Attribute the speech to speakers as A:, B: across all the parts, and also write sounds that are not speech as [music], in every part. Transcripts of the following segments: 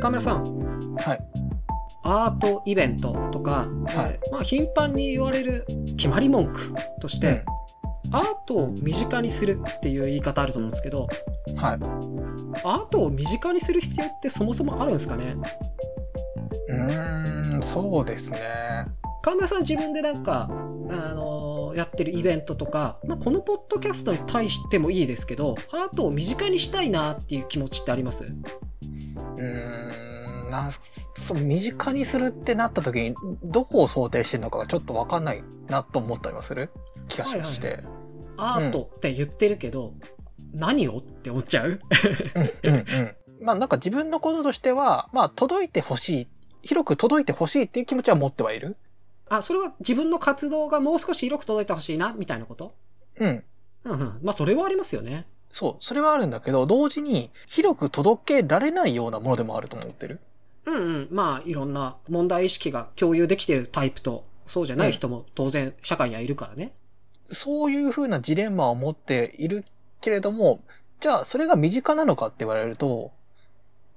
A: 河村さん
B: はい。
A: アートイベントとか、
B: はい
A: まあ、頻繁に言われる決まり文句として、アートを身近にするっていう言い方あると思うんですけど
B: うんはい。
A: アートを身近にする必要ってそもそもあるんですかね
B: うーん、そうですね。
A: 河村さん自分でなんか、あのーやってるイベントとか、まあ、このポッドキャストに対してもいいですけどアートを身近にしたいなっていう気持ちってあります
B: うーん、なんそう身近にするってなった時に、どこを想定してるのかがちょっとわかんないなと思ったりもする気がしまして。
A: アートって言ってるけど、何をって思っちゃう
B: うんうんまあなんか自分のこととしては、まあ届いてほしい、広く届いてほしいっていう気持ちは持ってはいる。
A: あそれは自分の活動がもう少し広く届いてほしいなみたいなこと
B: うん。
A: うんうんまあそれはありますよね
B: そう。それはあるんだけど、同時に広く届けられないようなものでもあると思ってる。
A: うんうんまあいろんな問題意識が共有できてるタイプとそうじゃない人も当然社会にはいるからね、
B: そういうふうなジレンマを持っているけれども、じゃあそれが身近なのかって言われると、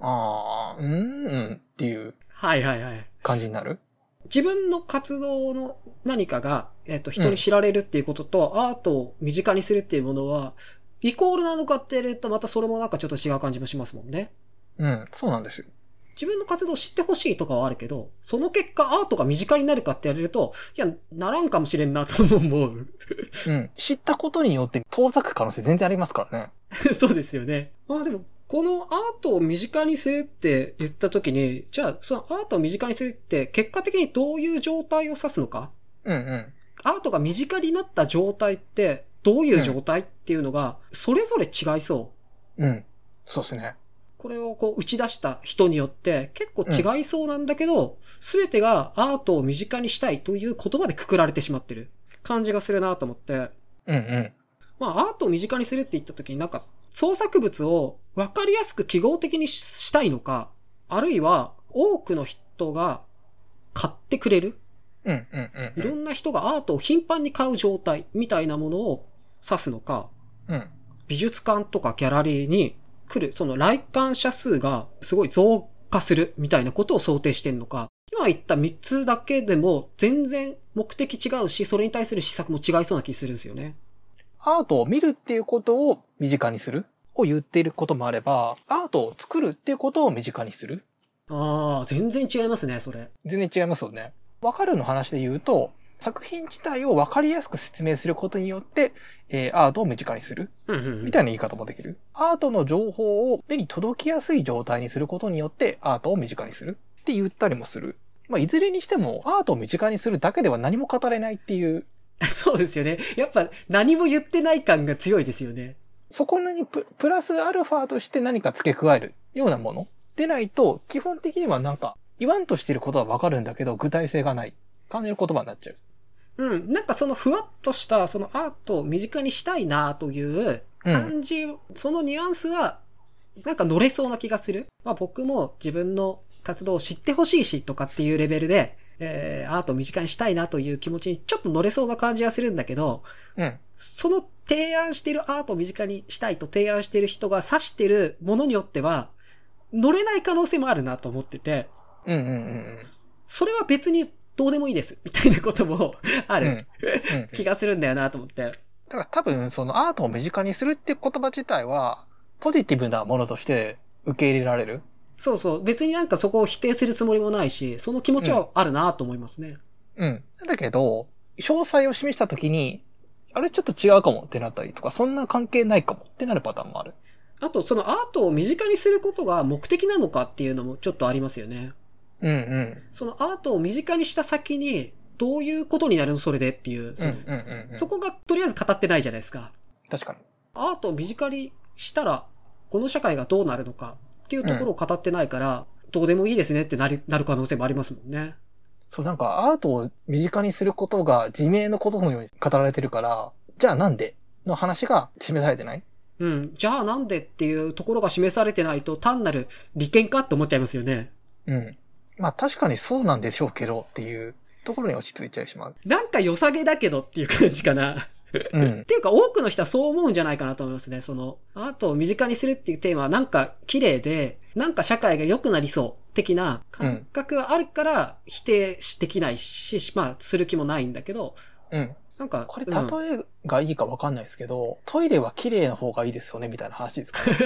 B: ああ、うーん、うんっていう
A: はいはいはい
B: 感じになる。
A: 自分の活動の何かが、えっと人に知られるっていうことと、アートを身近にするっていうものはイコールなのかって言われるとまたそれもなんかちょっと違う感じもしますもんね。
B: うん、そうなんですよ。
A: 自分の活動を知ってほしいとかはあるけどその結果アートが身近になるかって言われるといやならんかもしれんなとも思う。 [laughs]
B: うん。知ったことによって遠ざく可能性全然ありますからね。
A: そうですよね。まあでも、このアートを身近にするって言った時に、じゃあそのアートを身近にするって結果的にどういう状態を指すのか
B: うんうん。
A: アートが身近になった状態ってどういう状態っていうのがそれぞれ違いそう。
B: うん。そうですね。
A: これをこう打ち出した人によって結構違いそうなんだけど、すべてがアートを身近にしたいという言葉でくくられてしまってる感じがするなと思って。
B: うんうん。
A: まあ、アートを身近にするって言った時になんか、創作物を分かりやすく記号的にししたいのか、あるいは多くの人が買ってくれる、
B: うんうんうん。
A: いろんな人がアートを頻繁に買う状態みたいなものを指すのか、
B: うん。
A: 美術館とかギャラリーに来る、その来館者数がすごい増加するみたいなことを想定してるのか、今言った3つだけでも全然目的違うし、それに対する施策も違いそうな気するんですよね。
B: アートを見るっていうことを身近にするを言っていることもあれば、アートを作るっていうことを身近にする。
A: ああ、全然違いますね、それ。
B: 全然違いますよね。わかるの話で言うと、作品自体をわかりやすく説明することによって、えーアートを身近にする。みたいな言い方もできる。アートの情報を目に届きやすい状態にすることによって、アートを身近にする。って言ったりもする。まあ、いずれにしても、アートを身近にするだけでは何も語れないっていう
A: [laughs] そうですよね。やっぱ何も言ってない感が強いですよね。
B: そこにププラスアルファとして何か付け加えるようなものでないと、基本的にはなんか、言わんとしてることはわかるんだけど、具体性がない。感じる言葉になっちゃう。
A: うん。なんかそのふわっとした、そのアートを身近にしたいなという
B: うん。
A: 感じ、そのニュアンスは、なんか乗れそうな気がする。まあ僕も自分の活動を知ってほしいしとかっていうレベルで、えーアートを身近にしたいなという気持ちにちょっと乗れそうな感じはするんだけど、
B: うん。
A: その提案してるアートを身近にしたいと提案してる人が指してるものによっては、乗れない可能性もあるなと思ってて、
B: うんうんうん
A: それは別にどうでもいいです、みたいなこともあ
B: うん。うん。う
A: る
B: ん
A: 気がするんだよなと思って。
B: だから多分、そのアートを身近にするっていう言葉自体は、ポジティブなものとして受け入れられる。
A: そうそう、別になんかそこを否定するつもりもないし、その気持ちはあるなと思いますね。
B: うん。だけど、詳細を示したときに、あれちょっと違うかもってなったりとか、そんな関係ないかもってなるパターンもある。
A: あと、そのアートを身近にすることが目的なのかっていうのもちょっとありますよね。
B: うんうん。
A: そのアートを身近にした先に、どういうことになるのそれでっていう、
B: う
A: そ
B: んう
A: の
B: んうんうん。
A: そこがとりあえず語ってないじゃないですか。
B: 確かに。
A: アートを身近にしたら、この社会がどうなるのかっていうところを語ってないから、どうでもいいですねってなりなる可能性もありますもんね。
B: そう、なんかアートを身近にすることが自明のことのように語られてるから、じゃあなんでの話が示されてない
A: うん、じゃあなんでっていうところが示されてないと単なる利権かって思っちゃいますよね。
B: うん。まあ確かにそうなんでしょうけどっていうところに落ち着いちゃいしまう。
A: なんか良さげだけどっていう感じかな。
B: うん
A: [laughs] っ。ていうか多くの人はそう思うんじゃないかなと思いますね。その、アートを身近にするっていうテーマはなんか綺麗で、なんか社会が良くなりそう的な感覚があるから否定しできないし、まあする気もないんだけど、
B: うん。
A: なんか、
B: これ、
A: うん
B: 例えがいいかわかんないですけど、トイレは綺麗な方がいいですよね、みたいな話ですかね。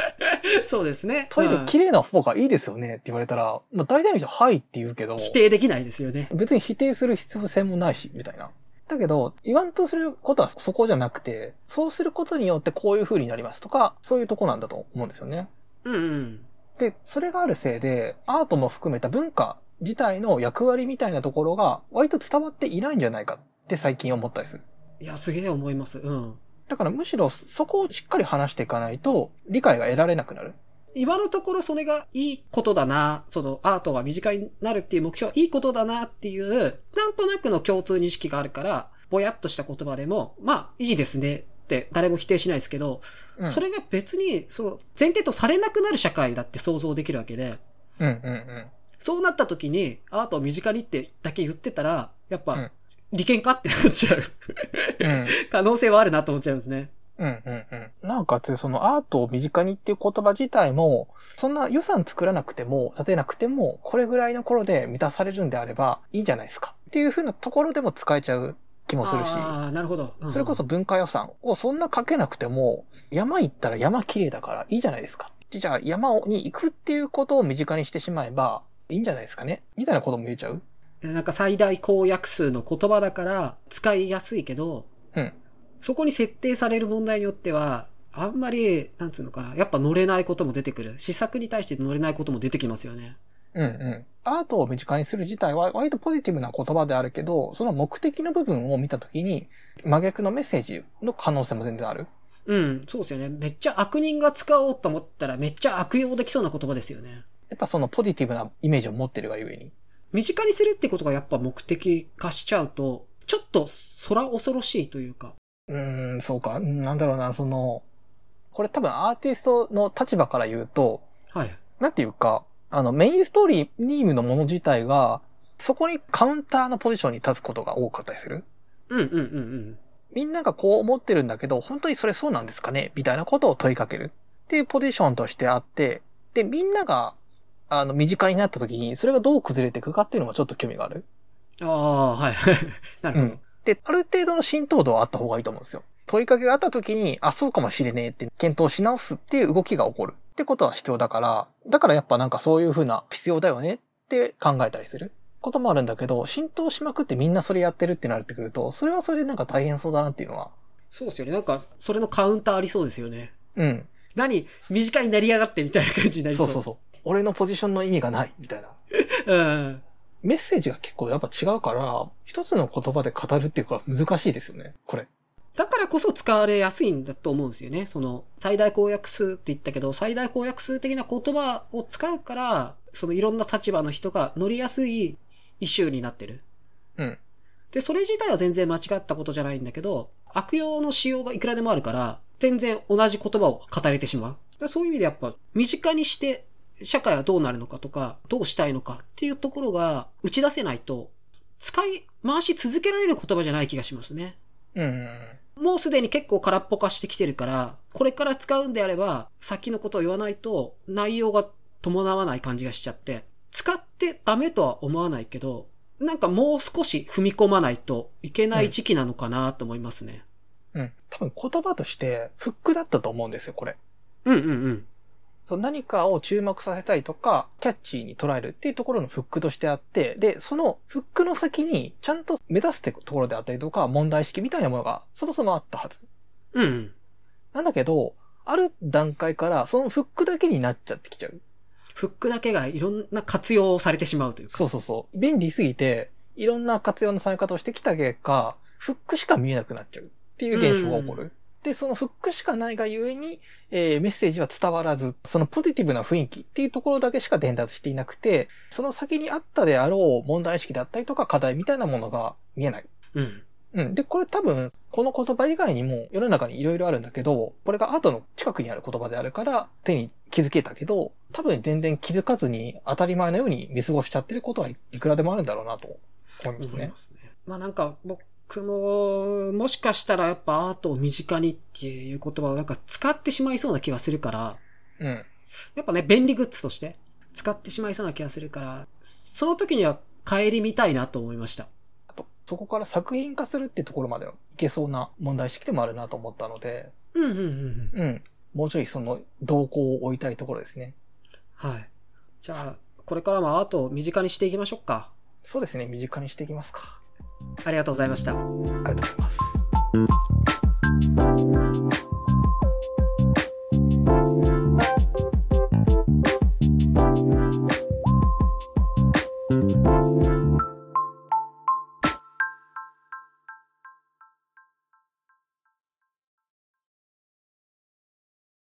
A: [laughs] そうですね。
B: トイレ
A: うん
B: 綺麗な方がいいですよねって言われたら、まあ大体の人ははいって言うけど、
A: 否定できないですよね。
B: 別に否定する必要性もないし、みたいな。だけど、言わんとすることはそこじゃなくて、そうすることによってこういう風になりますとか、そういうとこなんだと思うんですよね。
A: うんうん。
B: で、それがあるせいで、アートも含めた文化自体の役割みたいなところが、割と伝わっていないんじゃないかって最近思ったりする。
A: いや、すげえ思います。うん。
B: だからむしろそこをしっかり話していかないと、理解が得られなくなる。
A: 今のところそれがいいことだな、そのアートが身近になるっていう目標はいいことだなっていう、なんとなくの共通認識があるから、ぼやっとした言葉でも、まあいいですねって誰も否定しないですけど、
B: うん、
A: それが別にそう前提とされなくなる社会だって想像できるわけで、
B: うんうんうん。
A: そうなった時にアートを身近にってだけ言ってたら、やっ
B: う
A: ぱ
B: ん
A: 利権かってなっちゃう [laughs]
B: うん
A: 可能性はあるなと思っちゃいますね。
B: うんうんうん。 [laughs] なおかつ、そのアートを身近にっていう言葉自体も、そんな予算作らなくても、立てなくても、これぐらいの頃で満たされるんであればいいじゃないですか。っていう風なところでも使えちゃう気もするし、
A: ああ、なるほど。うん
B: それこそ、文化予算をそんなかけなくても、山行ったら山綺麗だからいいじゃないですか。じゃあ山に行くっていうことを身近にしてしまえばいいんじゃないですかね。みたいなことも言えちゃう。
A: なんか最大公約数の言葉だから使いやすいけど、
B: うん
A: そこに設定される問題によっては、あんまり、なんつうのかな、やっぱ乗れないことも出てくる。試作に対して乗れないことも出てきますよね。
B: うんうん。アートを身近にする自体は割とポジティブな言葉であるけど、その目的の部分を見たときに、真逆のメッセージの可能性も全然ある。
A: うん、そうですよね。めっちゃ悪人が使おうと思ったらめっちゃ悪用できそうな言葉ですよね。
B: やっぱそのポジティブなイメージを持ってるがゆえに。
A: 身近にするってことがやっぱ目的化しちゃうと、ちょっと空恐ろしいというか。
B: うーん、そうか。うんなんだろうな、その、これ多分アーティストの立場から言うと、
A: はい。
B: なんていうか、あの、メインストーリーのもの自体が、そこにカウンターのポジションに立つことが多かったりする。
A: うんうんうんうん。
B: みんながこう思ってるんだけど、本当にそれそうなんですかねみたいなことを問いかける。っていうポジションとしてあって、で、みんなが、あの、身近になった時に、それがどう崩れていくかっていうのもちょっと興味がある。
A: ああ、はい。 [laughs] なるほど。
B: で、ある程度の浸透度はあった方がいいと思うんですよ。問いかけがあった時に、あ、そうかもしれねえって検討し直すっていう動きが起こるってことは必要だから、だからやっぱなんかそういう風な必要だよねって考えたりすることもあるんだけど、浸透しまくってみんなそれやってるってなってくると、それはそれでなんか大変そうだなっていうのは。
A: そうですよね。なんか、それのカウンターありそうですよね。
B: うん。
A: 何短いになりやがってみたいな感じになりそ。
B: そううそうそう。俺のポジションの意味がない、みたいな。
A: う。うん。
B: メッセージが結構やっぱ違うから、一つの言葉で語るっていうことは難しいですよね、これ。
A: だからこそ使われやすいんだと思うんですよね。その、最大公約数って言ったけど、最大公約数的な言葉を使うから、そのいろんな立場の人が乗りやすいイシューになってる。
B: うん。
A: で、それ自体は全然間違ったことじゃないんだけど、悪用の仕様がいくらでもあるから、全然同じ言葉を語れてしまう。だからそういう意味でやっぱ、身近にして、社会はどうなるのかとか、どうしたいのかっていうところが打ち出せないと、使い回し続けられる言葉じゃない気がしますね。
B: うん。
A: もうすでに結構空っぽ化してきてるから、これから使うんであれば、先のことを言わないと、内容が伴わない感じがしちゃって、使ってダメとは思わないけど、なんかもう少し踏み込まないといけない時期なのかなと思いますね。
B: うん。多分言葉としてフックだったと思うんですよ、これ。
A: うんうんうん。
B: そう何かを注目させたいとか、キャッチーに捉えるっていうところのフックとしてあって、で、そのフックの先にちゃんと目指すってところであったりとか、問題意識みたいなものがそもそもあったはず。
A: うんうん。
B: なんだけど、ある段階からそのフックだけになっちゃってきちゃう。
A: フックだけがいろんな活用をされてしまうというか。
B: そうそうそう。便利すぎて、いろんな活用のされ方をしてきた結果、フックしか見えなくなっちゃうっていう現象が起こる。で、そのフックしかないがゆえに、えーメッセージは伝わらず、そのポジティブな雰囲気っていうところだけしか伝達していなくて、その先にあったであろう問題意識だったりとか課題みたいなものが見えない。
A: うん。
B: うん。で、これ多分、この言葉以外にも世の中にいろいろあるんだけど、これが後の近くにある言葉であるから手に気づけたけど、多分全然気づかずに当たり前のように見過ごしちゃってることはいくらでもあるんだろうなと。思います
A: 思い
B: ね
A: ま。すね。まあなんか僕も、もしかしたらやっぱアートを身近にっていう言葉をなんか使ってしまいそうな気はするから、
B: うん。
A: やっぱね、便利グッズとして使ってしまいそうな気がするから、その時には帰りみたいなと思いました。
B: あと、そこから作品化するってところまではいけそうな問題意識でもあるなと思ったので、
A: うんうんうんうん。
B: うん。もうちょいその動向を置いたいところですね。
A: はい。じゃあ、これからもアートを身近にしていきましょうか。
B: そうですね。身近にしていきますか。
A: ありがとうございました。
B: ありがとうございます。